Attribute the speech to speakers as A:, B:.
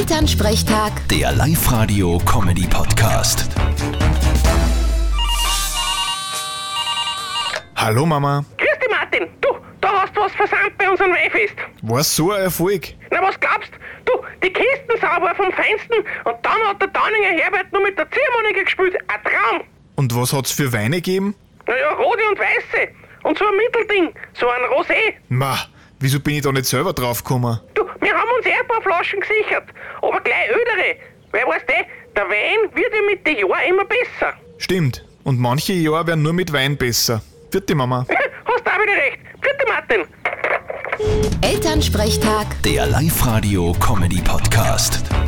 A: Elternsprechtag,
B: Der Live-Radio-Comedy-Podcast.
C: Hallo Mama,
D: Grüß dich, Martin. Du, da hast du was versandt bei unserem Weihfest.
C: war so ein Erfolg.
D: Na, was glaubst du? Die Kistensau war vom Feinsten und dann hat der Tauninger Herbert nur mit der Ziermonige gespielt. Ein Traum.
C: Und was hat's für Weine gegeben?
D: Naja, rote und weiße. Und so ein Mittelding. So ein Rosé.
C: Ma, wieso bin ich da nicht selber draufgekommen?
D: Du, wir haben uns eh ein paar Flaschen gesichert. Aber gleich ödere. Weil, weißt du, der Wein wird ja mit den Jahren immer besser.
C: Stimmt, und manche Jahre werden nur mit Wein besser. Vierte Mama.
D: hast da wieder recht. Grüß dich, Martin.
A: Elternsprechtag.
B: Der Live-Radio-Comedy-Podcast.